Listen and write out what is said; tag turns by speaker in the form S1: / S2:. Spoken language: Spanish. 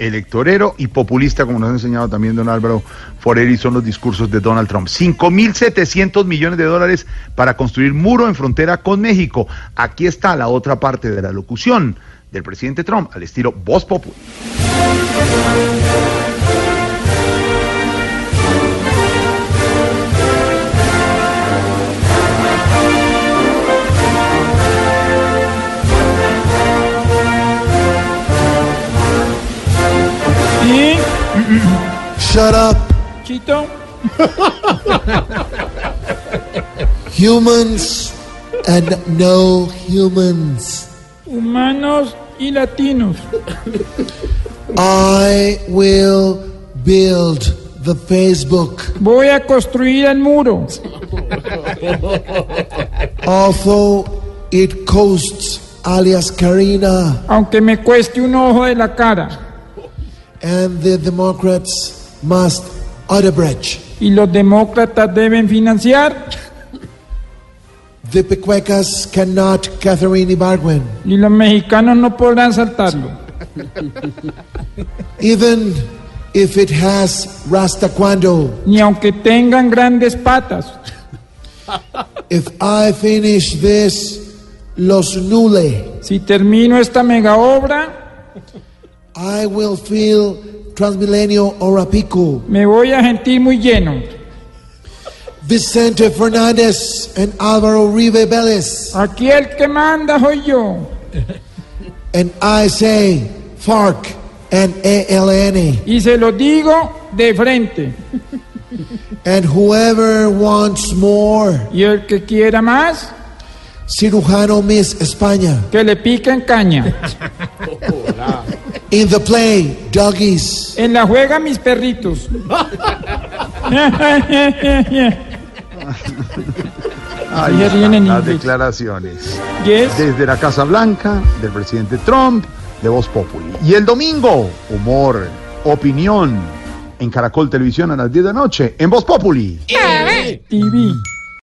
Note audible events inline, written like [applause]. S1: Electorero y populista, como nos ha enseñado también don Álvaro Foreri, son los discursos de Donald Trump. 5.700 millones de dólares para construir muro en frontera con México. Aquí está la otra parte de la locución del presidente Trump, al estilo Voz Populi.
S2: Y,
S3: Shut up,
S2: Chito,
S3: humans and no humans.
S2: humanos y latinos.
S3: I will build the Facebook.
S2: Voy a construir el muro.
S3: Although it costs alias Karina
S2: Aunque me cueste un ojo de la cara.
S3: and the Democrats must Odebrecht,
S2: Y los demócratas deben financiar.
S3: the Pequecas cannot Catherine Ibargüen.
S2: Y los mexicanos no podrán saltarlo.
S3: Even if it has Rastaquando,
S2: Ni aunque tengan grandes patas.
S3: if I finish this, los nule,
S2: Si termino esta mega obra,
S3: I will feel Transmilenio Orapico.
S2: me voy a sentir muy lleno.
S3: Vicente Fernandez and Alvaro Rive Vélez.
S2: Aquí el que manda soy yo.
S3: And I say FARC and ALN.
S2: Y se lo digo de frente.
S3: And whoever wants more,
S2: Y el que quiera más,
S3: Cirujano Miss España.
S2: que le piquen caña.
S3: In the play, Doggies.
S2: En la juega mis perritos. [laughs]
S1: Ahí
S2: Ya
S1: están
S2: vienen
S1: las
S2: inglés.
S1: declaraciones.
S2: Yes.
S1: desde la Casa Blanca del presidente Trump de Voz Populi. Y el domingo, humor, opinión, en Caracol Televisión a las 10 de la noche, en Voz Populi.
S2: TV.